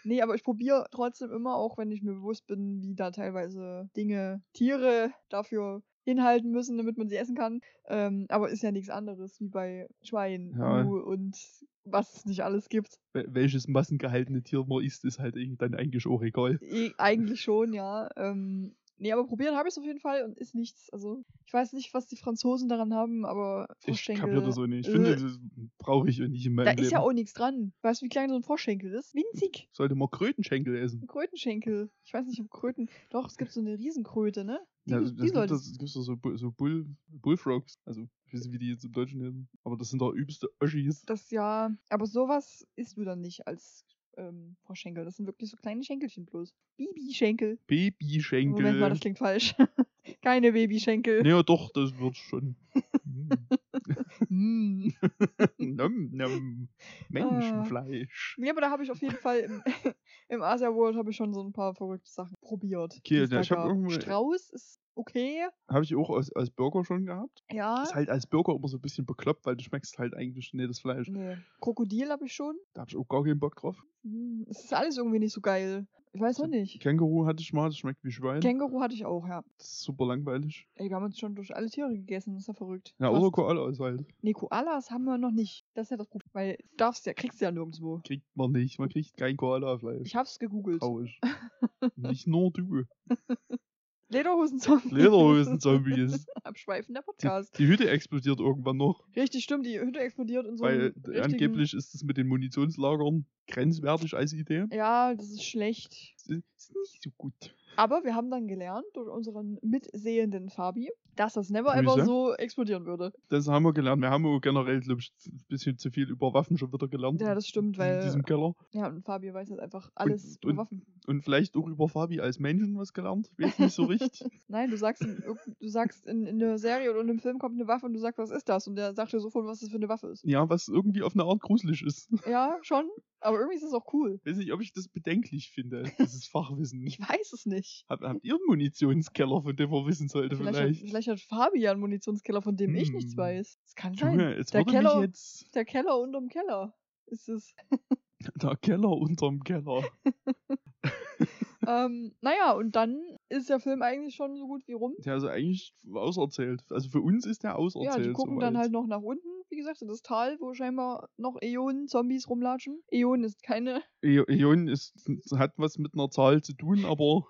Nee, aber ich probiere trotzdem immer, auch wenn ich mir bewusst bin, wie da teilweise Dinge, Tiere dafür hinhalten müssen, damit man sie essen kann. Ähm, aber ist ja nichts anderes wie bei Schwein,
Ja.
Kuh und was es nicht alles gibt.
Wel- Welches massengehaltene Tier man isst, ist halt irgendwie dann eigentlich auch egal.
Eh, eigentlich schon, ja. Ähm, nee, aber probieren habe ich es auf jeden Fall und ist nichts. Also ich weiß nicht, was die Franzosen daran haben, aber
Ich
Froschschenkel.
kapiere das auch nicht. Ich
äh,
finde, das hm, brauche ich auch nicht in meinem
da
Leben.
ist ja auch nichts dran. Weißt du, wie klein so ein Froschschenkel ist? Winzig.
Sollte man Krötenschenkel essen.
Ein Krötenschenkel. Ich weiß nicht, ob Kröten. Doch, es gibt so eine Riesenkröte, ne? Die,
Ja,
die
das, das gibt
sollte-
das, das gibt's doch so, Bu- so Bull, Bullfrogs, also ich weiß nicht, wie die jetzt im Deutschen nennen, aber das sind doch übelste Oschis.
das ja. Aber sowas isst du dann nicht als ähm, Froschschenkel. Das sind wirklich so kleine Schenkelchen bloß. Babyschenkel.
Babyschenkel.
Moment mal, das klingt falsch. (laughs) Keine Babyschenkel.
Naja, doch, das wird
(laughs)
schon. Mm.
Mm.
nom, nom.
Ah.
Menschenfleisch.
Nee, aber da habe ich auf jeden Fall im, (laughs) im Asia World habe ich schon so ein paar verrückte Sachen probiert. die
Okay,
es
na,
da
ich hab
gab.
irgendwo-
Strauß ist okay.
Habe ich auch als, als Burger schon gehabt.
Ja.
Ist halt als Burger immer so ein bisschen bekloppt, weil du schmeckst halt eigentlich nicht das Fleisch.
Nee. Krokodil habe ich schon.
Da habe ich auch gar keinen Bock drauf.
Hm, Es ist alles irgendwie nicht so geil. Ich weiß auch nicht.
Känguru hatte ich mal, das schmeckt wie Schwein.
Känguru hatte ich auch, ja.
das ist super langweilig.
Ey, wir haben uns schon durch alle Tiere gegessen, das ist ja verrückt.
Ja,
Du
oder
hast-
Koala ist halt.
Nee, Koalas haben wir noch nicht. Das ist ja das Problem, weil du darfst ja, kriegst ja nirgendwo.
Kriegt man nicht. Man kriegt kein Koala-Fleisch.
Ich hab's gegoogelt. (laughs)
Traurig. nicht nur du.
Lederhosen Zombie.
Lederhosen-Zombies.
(laughs) Abschweifender
Die,
Podcast.
die Hütte explodiert irgendwann noch,
Richtig, stimmt, die Hütte explodiert in so
weil
einem
äh,
richtigen...
angeblich ist es mit den Munitionslagern grenzwertig als Idee.
Ja, das ist schlecht.
Ist ist nicht so gut.
Aber wir haben dann gelernt durch unseren mitsehenden Fabi, dass das never ever
Grüße.
so explodieren würde.
Das haben wir gelernt. Wir haben auch generell, glaube ich, z- ein bisschen zu viel über Waffen schon wieder gelernt.
Ja, das stimmt,
In
weil...
diesem Keller.
Ja, und Fabi weiß jetzt einfach alles über
und-
Waffen.
Und vielleicht auch über Fabi als Menschen was gelernt. Ich weiß nicht
(laughs)
so richtig.
Nein, du sagst, in, irgend- du sagst in, in einer Serie oder in einem Film kommt eine Waffe und du sagst, was ist das? Und der sagt dir sofort, was das für eine Waffe ist.
ja, was irgendwie auf eine Art gruselig ist.
Ja, schon. Aber irgendwie ist es auch cool.
Weiß nicht, ob ich das bedenklich finde. Das ist Fachwissen.
Ich weiß es nicht.
Hab, habt ihr einen Munitionskeller, von dem man wissen sollte
Vielleicht,
vielleicht?
Hat, vielleicht hat Fabian einen Munitionskeller, von dem ich nichts
Hm.
weiß. Das kann sein.
Junge, es
Der
würde
Keller-
mich jetzt...
Der Keller unterm Keller ist es.
Der Keller unterm Keller.
ähm, naja, und dann ist der Film eigentlich schon so gut wie rum.
Der ist eigentlich auserzählt. Also für uns ist der
Ja,
auserzählt.
die gucken dann halt noch nach unten, wie gesagt, in das Tal, wo scheinbar noch Äonen Zombies rumlatschen. Äonen ist keine, (laughs)
Ion ist, hat was mit einer Zahl zu tun, aber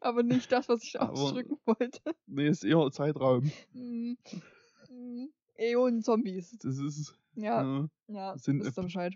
aber nicht das, was ich
(laughs) Aber-
ausdrücken wollte.
nee, ist eher Zeitraum.
Mm. Mm. Äonen Zombies.
Das ist
Ja,
äh,
ja,
sind-
wisst ihr Bescheid.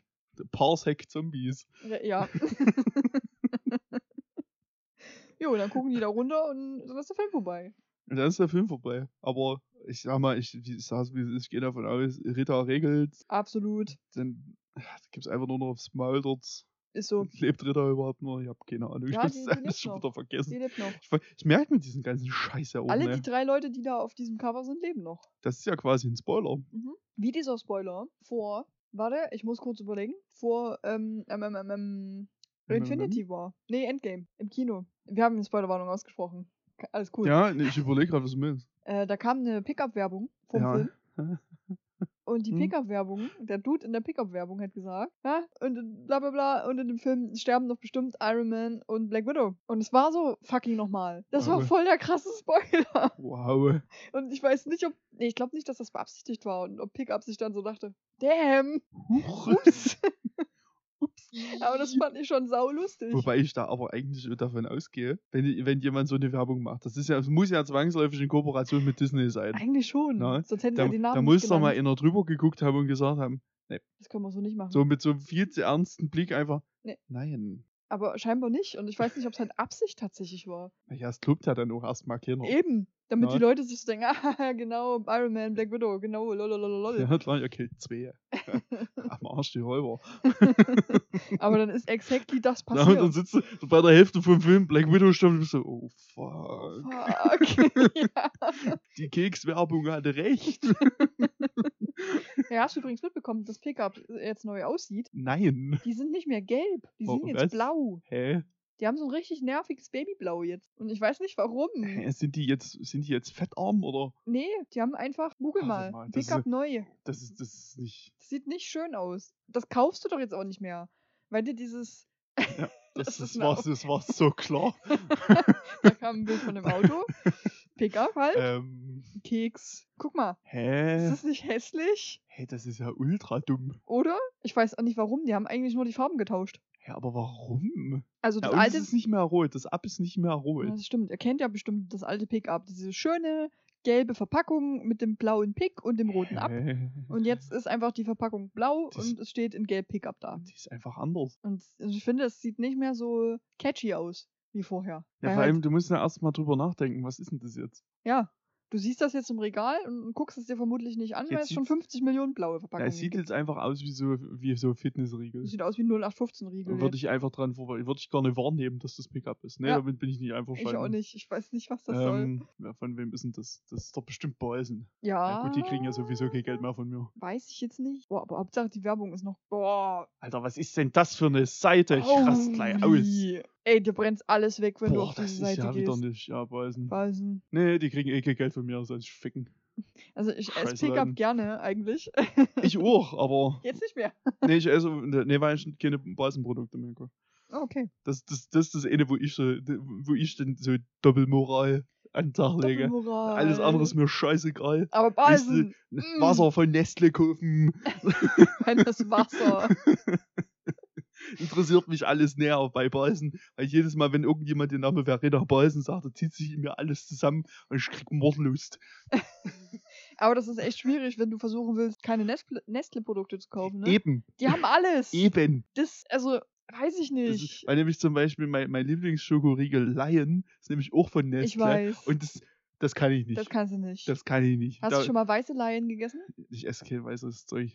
Parsec-Zombies. (laughs)
Re- Ja. (laughs) jo, dann gucken die da runter und dann ist der Film vorbei.
Und dann ist der Film vorbei. Aber ich sag mal, ich, wie- ich, sag's, wie es ist, ich gehe davon aus, Rita regelt,
Absolut.
dann ah, gibt's einfach nur noch aufs Maul dort.
Ist so.
Lebt Rita überhaupt noch? Ich hab keine Ahnung.
Ja,
ich
die-
hab's
die lebt
alles schon
noch.
wieder
Die
vergessen.
lebt noch.
Ich, ich merke mir diesen ganzen Scheiß ja oben.
Alle
ne?
die drei Leute, die da auf diesem Cover sind, leben noch.
Das ist ja quasi ein Spoiler.
Wie dieser Spoiler vor, warte, ich muss kurz überlegen, vor ähm, ähm, ähm, ähm, ähm, Infinity War. Nee, Endgame. Im Kino. Wir haben eine Spoilerwarnung ausgesprochen. Ka- Alles cool.
Ja, nee, ich überlege gerade, was du
(laughs)
meinst.
Äh, da kam eine Pickup-Werbung vom
Ja.
Film.
(laughs)
Und die
Hm.
Pickup-Werbung, der Dude in der Pickup-Werbung hat gesagt, ja, und in bla bla bla, und in dem Film sterben doch bestimmt Iron Man und Black Widow. Und es war so fucking nochmal. Das war
Aber-
voll der krasse Spoiler.
Wow.
Und ich weiß nicht, ob, nee, ich glaube nicht, dass das beabsichtigt war und ob Pickup sich dann so dachte,
(laughs)
damn,
Huch.
ups. Aber das fand ich schon saulustig.
Wobei ich da aber eigentlich davon ausgehe, wenn, wenn jemand so eine Werbung macht. Das ist ja, das muss ja zwangsläufig in Kooperation mit Disney sein.
Eigentlich schon.
Na,
Sonst hätten
ne, Da,
wir den Namen
da
nicht
muss doch mal
genannt.
einer drüber geguckt haben und gesagt haben,
Das können wir so nicht machen.
so mit so einem viel zu ernsten Blick einfach,
Nee.
nein.
Aber scheinbar nicht. Und ich weiß nicht, ob es halt Absicht tatsächlich war.
Ja, es lobt ja dann auch erstmal keiner.
Eben. Damit die
Ja.
Leute sich so denken, (laughs) ah, genau, Iron Man, Black Widow, genau, lolololol.
(laughs) Ja, klar, ja, killt
(laughs)
zwei. Am Arsch die Räuber.
Aber dann ist exactly das
(laughs) Ja, und
passiert.
dann sitzt du so bei der Hälfte vom Film, Black Widow stirbt und du bist so, oh fuck. (laughs)
Fuck. (laughs) ja.
Die Kekswerbung hatte recht. (laughs)
ja, hast du übrigens mitbekommen, dass Pickup jetzt neu aussieht.
Nein.
Die sind nicht mehr gelb, die
Warum
sind jetzt
das?
blau.
Hä?
Die haben so ein richtig nerviges Babyblau jetzt. Und ich weiß nicht
(laughs)
warum.
Hä, Sind die jetzt, sind die jetzt fettarm oder?
Nee, die haben einfach, google mal,
Warte mal, das ist-
Pickup neu.
Das ist, das ist nicht.
Das sieht nicht schön aus. Das kaufst du doch jetzt auch nicht mehr. Weil dir dieses,
Das,
Das
das,
ist
das,
eine
war, das war
(laughs)
so klar.
da kam ein Bild von einem Auto,
(laughs)
Pickup halt,
ähm, Äh.
Keks. Guck mal, ist
hä?
das nicht hässlich?
Hä, das ist ja ultra dumm.
Oder? Ich weiß auch nicht warum, die haben eigentlich nur die Farben getauscht.
Hä, aber warum?
Also
Ja,
das
und es
alte,
ist nicht mehr rot, das Ab ist nicht mehr
Ja,
rot.
das stimmt, ihr kennt ja bestimmt das alte Pickup, diese schöne gelbe Verpackung mit dem blauen Pick und dem roten Ab.
Hä?
Und jetzt ist einfach die Verpackung blau
Das-
und es steht in gelb Pickup da.
Die ist einfach anders.
Und also, ich finde, es sieht nicht mehr so catchy aus wie vorher.
Ja,
Weil
vor
halt-
allem, du musst ja erstmal drüber nachdenken, was ist denn das jetzt?
Ja, du siehst das jetzt im Regal und, und guckst es dir vermutlich nicht an, weil
Jetzt
es schon
sieht's-
50 Millionen blaue
Ja,
Verpackungen
es sieht
gibt.
jetzt einfach aus wie so, wie so Fitnessriegel.
Sieht aus wie ein
äh,
0815 Riegel.
Würde ich einfach dran vorbei, würde ich gar nicht wahrnehmen, dass das Pickup ist. Ne,
Ja.
damit bin ich nicht einverstanden.
ich auch nicht. Ich weiß nicht, was das soll.
Ähm, ja, von wem ist denn das? Das ist doch bestimmt Bolsen.
Ja.
Ja, gut, die kriegen
Ah.
ja sowieso kein Geld mehr von mir.
Weiß ich jetzt nicht. Boah, aber Hauptsache die Werbung ist noch. Boah.
Alter, was ist denn das für eine Seite? Ich raste gleich aus.
holy. Ey, dir brennt alles weg, wenn du
Boah,
auf
das
diese
ist
Seite
ja wieder ne
gehst.
nicht. Ja, Bolsen.
Weißen.
Nee, die kriegen eh kein Geld von mir, sonst ficken.
Also ich esse
Scheiß
Pickup
Laden.
gerne eigentlich. (laughs)
Ich auch, aber.
Jetzt nicht mehr.
Nee, ich esse. Nee, weil ich keine Bolsenprodukte mehr kaufe.
Oh, okay.
Das, das, das ist das eine, wo ich so, wo ich denn so Doppelmoral an den Tag lege.
Doppelmoral.
Alles andere ist mir scheißegal.
Aber
Weißt du,
Basen, mm.
Wasser von Nestle kaufen.
reines Wasser.
interessiert mich alles näher bei Balsen, weil jedes Mal, wenn irgendjemand den Namen Verena Balsen sagt, dann zieht sich in mir alles zusammen und ich krieg Mordlust.
Aber das ist echt schwierig, wenn du versuchen willst, keine Nestle- Nestle-Produkte zu kaufen. Ne?
Eben,
Die haben alles.
eben.
Das, also, weiß ich
Das ist,
nicht.
weil nämlich zum Beispiel mein, mein Lieblingsschokoriegel Lion ist nämlich auch von Nestle.
Ich weiß.
Und das, das kann ich nicht.
das kannst du nicht.
Das kann ich nicht.
Hast
Da-
du schon mal weiße Laien gegessen?
ich esse kein weißes Zeug.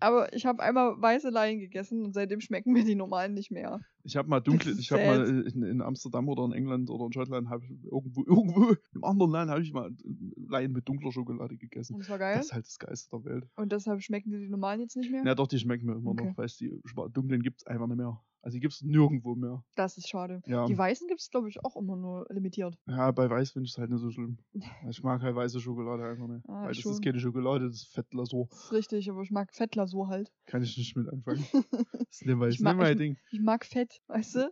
Aber ich habe einmal weiße Laien gegessen und seitdem schmecken mir die normalen nicht mehr.
Ich habe mal dunkle,
ist
ich habe mal in, in Amsterdam oder in England oder in Schottland, habe ich irgendwo, (laughs) irgendwo, im anderen Land habe ich mal Lion mit dunkler Schokolade gegessen.
Und das war geil.
Das ist halt das Geilste der Welt.
und deshalb schmecken dir die normalen jetzt nicht mehr.
Na doch, die schmecken mir immer
Okay.
noch, weil es die schwa- dunklen gibt es einfach nicht mehr. Also die gibt es nirgendwo mehr.
Das ist schade.
Ja,
Die weißen gibt es, glaube ich, auch immer nur limitiert.
ja bei Weiß finde ich es halt nicht
(laughs)
so schlimm. Weil Ich mag halt weiße Schokolade einfach nicht.
Ah,
weil das
schon.
ist keine Schokolade, das ist Fettlasur.
Das ist richtig, aber ich mag Fettlasur halt.
Kann ich nicht mit
(laughs)
anfangen. Das ist nicht mein,
Ich
ist
mag-
nicht mein Ding.
Ich mag Fett, weißt
(laughs)
du?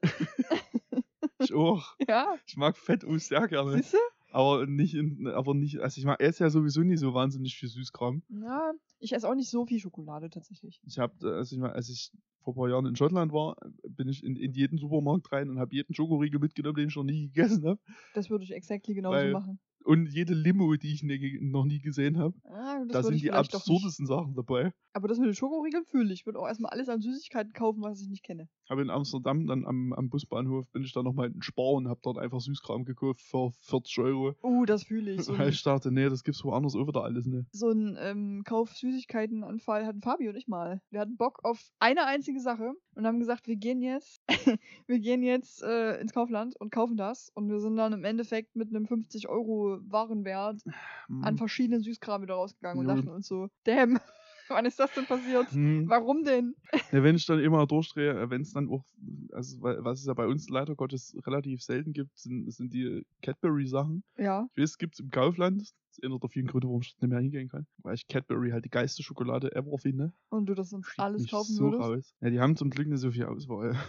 Ich auch.
Ja,
Ich mag Fett auch sehr gerne.
siehst du?
Aber nicht, in, aber nicht, also ich mag, esse ja sowieso nie so wahnsinnig viel Süßkram.
Ja, ich esse auch nicht so viel Schokolade tatsächlich.
Ich habe, als ich mal, als ich vor ein paar Jahren in Schottland war, bin ich in, in jeden Supermarkt rein und habe jeden Schokoriegel mitgenommen, den ich noch nie gegessen habe.
Das würde ich exactly genauso
Weil-
machen.
Und jede Limo, die ich ne, noch nie gesehen habe.
Ah, das
da
würde
sind
ich
die
vielleicht doch nicht.
absurdesten Sachen dabei.
Aber das mit den Schokoriegeln fühle ich. Ich würde auch erstmal alles an Süßigkeiten kaufen, was ich nicht kenne.
Habe in Amsterdam dann am, am Busbahnhof bin ich dann nochmal in den Spar und habe dort einfach Süßkram gekauft für
(laughs)
40 Euro.
Oh, das fühle
(laughs)
ich. So
Weil
ein,
ich dachte, nee, das gibt's woanders auch wieder alles, ne?
so ein ähm, Kauf-Süßigkeiten-Anfall hatten Fabi und ich mal. Wir hatten Bock auf eine einzige Sache und haben gesagt, wir gehen jetzt, (laughs) wir gehen jetzt äh, ins Kaufland und kaufen das. Und wir sind dann im Endeffekt mit einem 50 Euro Warenwert
Hm.
an verschiedenen Süßkram wieder rausgegangen und
Jawohl.
dachten uns so, damn, (laughs) wann ist das denn
(laughs)
passiert? (laughs)
Hm.
Warum denn?
Ja, wenn ich dann immer durchdrehe, wenn es dann auch, also weil- was es ja bei uns leider Gottes relativ selten gibt, sind, sind die Cadbury-Sachen.
Ja,
Ich weiß, es gibt's im Kaufland. Das ist einer der vielen Gründe, warum ich nicht mehr hingehen kann. Weil ich Cadbury halt die geilste Schokolade ever finde.
und du das sonst
schiebt
alles
mich
kaufen
so
würdest.
Raus. Ja, die haben zum Glück nicht so viel Auswahl. (laughs)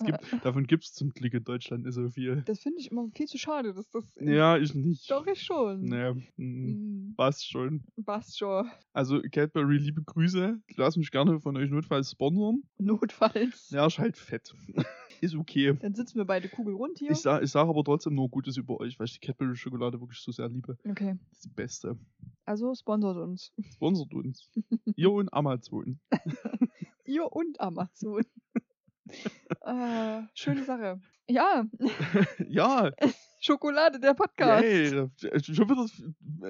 Es gibt,
(laughs)
davon gibt es zum Glück in Deutschland nicht so viel.
Das finde ich immer viel zu schade, dass das.
Ja, ich nicht.
Doch ich schon.
Naja, mh,
Mhm.
passt schon.
Was schon. (laughs)
Also Cadbury, liebe Grüße. Ich lasse mich gerne von euch notfalls sponsern.
Notfalls.
Ja, ist halt fett. (laughs) ist okay.
Dann sitzen wir beide kugelrund hier.
Ich sage ich sag aber trotzdem nur Gutes über euch, weil ich die Cadbury-Schokolade wirklich so sehr liebe.
okay.
Das ist die beste.
Also sponsert uns. (laughs)
Sponsert uns. Ihr und Amazon. (laughs)
Ihr und Amazon. ah, schöne Sache. Ja,
ja,
Schokolade, der Podcast.
yay, schon wieder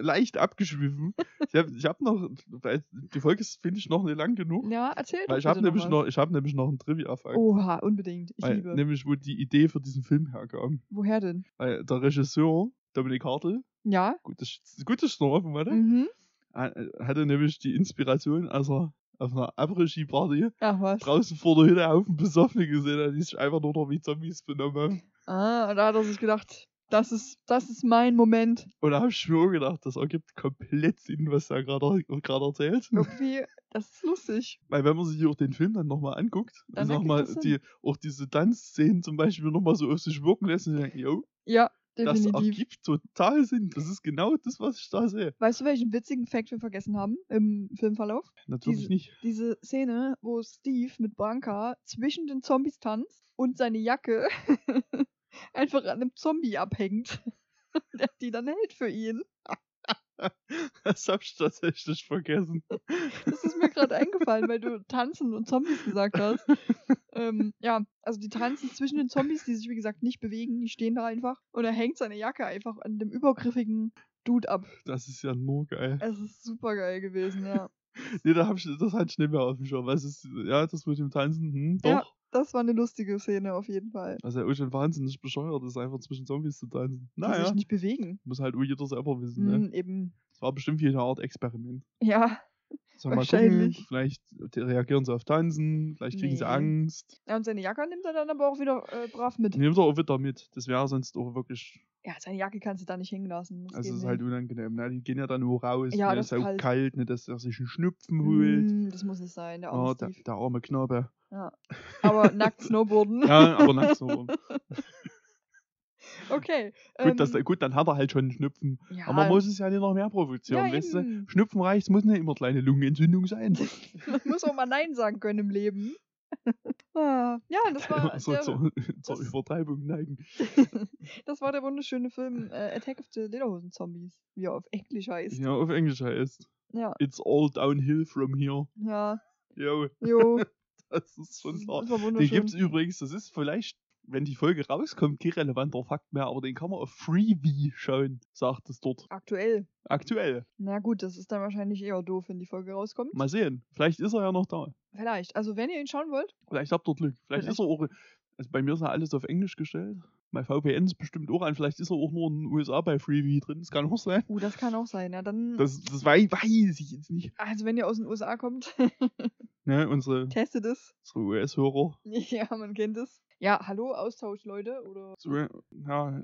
leicht abgeschwiffen. ich habe ich hab noch, weil die Folge ist, finde ich, noch nicht lang genug.
Ja, erzähl doch
Weil ich habe
Hm, bitte
nämlich,
was.
noch, ich hab nämlich noch einen Trivia-Fakt.
Oha, unbedingt. Ich
weil, ne-
liebe.
Nämlich, wo die Idee für diesen Film herkam.
Woher denn?
Weil der Regisseur, Dominik Hartl,
Ja.
gutes, gutes Schnurren, warte,
Mhm.
ha- hatte nämlich die Inspiration, als er auf einer Abregie-Party
Ach was.
draußen vor der Hütte auf dem Besoffene gesehen hat, die sich einfach nur noch wie Zombies benommen haben.
Ah, da hat er sich gedacht, das ist, das ist mein
(laughs)
Moment.
Und da habe ich mir auch gedacht, das ergibt komplett Sinn, was er gerade gerade
Oh,
erzählt.
Irgendwie, das ist lustig.
Weil wenn man sich auch den Film dann nochmal anguckt,
Dann
und
ergibt
nochmal
das
die,
Sinn.
auch diese Tanzszenen zum Beispiel nochmal so auf sich wirken lässt, und ich denke, yo,
Ja,
das
definitiv.
ergibt total Sinn. Das ist genau das, was ich da sehe.
Weißt du, welchen witzigen Fact wir vergessen haben im Filmverlauf?
Natürlich
Diese-
nicht. (laughs)
Diese Szene, wo Steve mit Branka zwischen den Zombies tanzt und seine Jacke (laughs) einfach an einem Zombie abhängt, der die dann hält für ihn.
Das habe ich tatsächlich vergessen.
Das ist mir gerade eingefallen, weil du tanzen und Zombies gesagt hast. ähm, ja, also die tanzen zwischen den Zombies, die sich wie gesagt nicht bewegen, die stehen da einfach. Und er hängt seine Jacke einfach an dem übergriffigen Dude ab.
Das ist ja nur geil.
Es ist super geil gewesen, ja.
Nee, da hab ich, das hatte ich nicht mehr auf dem Schirm. weil es ist, ja, das mit dem Tanzen, hm, doch.
Ja. Das war eine lustige Szene auf jeden Fall.
Also, auch schon wahnsinnig bescheuert ist, einfach zwischen Zombies zu tanzen.
Die
Naja,
sich nicht bewegen.
muss halt auch jeder selber wissen. Ne?
Hm, eben.
Das war bestimmt wieder eine Art Experiment.
Ja.
Sollen wir mal gucken,
Wahrscheinlich.
vielleicht reagieren sie auf Tanzen, vielleicht kriegen
Nee.
sie Angst.
Ja, und seine Jacke nimmt er dann aber auch wieder äh, brav mit.
Nehmt doch auch wieder mit. Das wäre sonst auch wirklich,
Ja, seine Jacke kannst du da nicht hängen lassen. Das
also
geht
es ist halt
nicht.
unangenehm. Ne? Die gehen ja dann auch raus.
Ja,
ne?
das halt
ist ja auch
kalt.
kalt, ne? dass er sich einen Schnupfen holt.
Hm, das muss nicht sein, der arme
Oh, der,
Steve.
der arme Knabe.
Aber nackt snowboarden.
(laughs) Ja, aber nachts so. Gut,
(laughs) Okay.
dass, der- gut, dann hat er halt schon einen Schnupfen.
Ähm. ja,
Aber man muss es ja nicht noch mehr provozieren.
ja,
weißt du?
eben.
Schnupfen reicht, muss nicht immer kleine Lungenentzündung sein.
Man muss auch mal Nein sagen können im
(laughs)
Leben. Ah, (laughs) ja, das war,
so,
der,
zur, zur
das-
Übertreibung neigen.
das war der wunderschöne Film äh, Attack of the Lederhosen-Zombies, wie er auf Englisch heißt.
Ja, auf Englisch heißt.
Ja,
It's all downhill from here.
ja,
Yo, (laughs)
jo.
das ist schon
(laughs)
klar.
das war
Den
wunderschön.
gibt's übrigens, das ist vielleicht, wenn die Folge rauskommt, kein relevanter Fakt mehr, aber den kann man auf Freebie schauen, sagt es dort.
Aktuell.
Aktuell.
Na gut, das ist dann wahrscheinlich eher doof, wenn die Folge rauskommt.
Mal sehen. Vielleicht ist er ja noch da.
Vielleicht. Also, wenn ihr ihn schauen wollt,
Vielleicht habt ihr Glück. Vielleicht ist er auch. Also bei mir ist ja alles auf Englisch gestellt. Mein VPN ist bestimmt auch an. Vielleicht ist er auch nur in den USA bei Freebie drin. Das kann auch sein.
oh, das kann auch sein. Ja, dann.
Das, das wei- weiß ich jetzt nicht.
also, wenn ihr aus den USA kommt, (laughs)
Ne, unsere
testet es. (laughs)
unsere US-Hörer.
Ja, man kennt es. Ja, hallo, Austausch, Leute. Oder
So, Ja,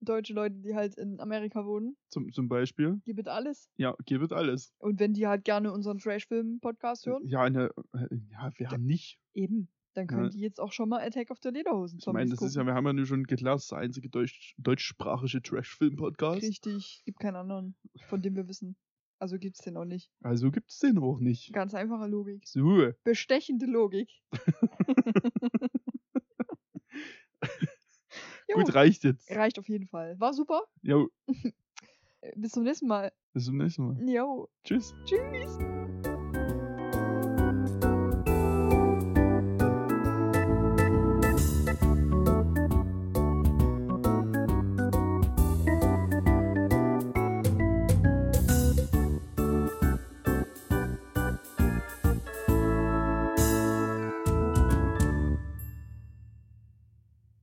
deutsche Leute, die halt in Amerika wohnen.
zum, zum Beispiel.
Gibt alles.
Ja, gebet alles.
Und wenn die halt gerne unseren Trash-Film-Podcast hören,
Ja, ne, äh, ja, wir haben nicht.
eben, dann können
Ja.
die jetzt auch schon mal Attack of the Lederhosen
Ich meine, das ist ja, wir haben ja nur schon gelernt, das ist der einzige deutsch, deutschsprachige Trash-Film-Podcast.
Richtig, gibt keinen anderen, von dem wir wissen. Also gibt's den auch nicht.
Also gibt's den auch nicht.
Ganz einfache Logik.
So,
Bestechende Logik.
(laughs)
(laughs) jo,
gut, reicht jetzt.
reicht auf jeden Fall. War super.
Jo,
Äh, Bis zum nächsten Mal.
bis zum nächsten Mal.
Jo.
Tschüss.
Tschüss.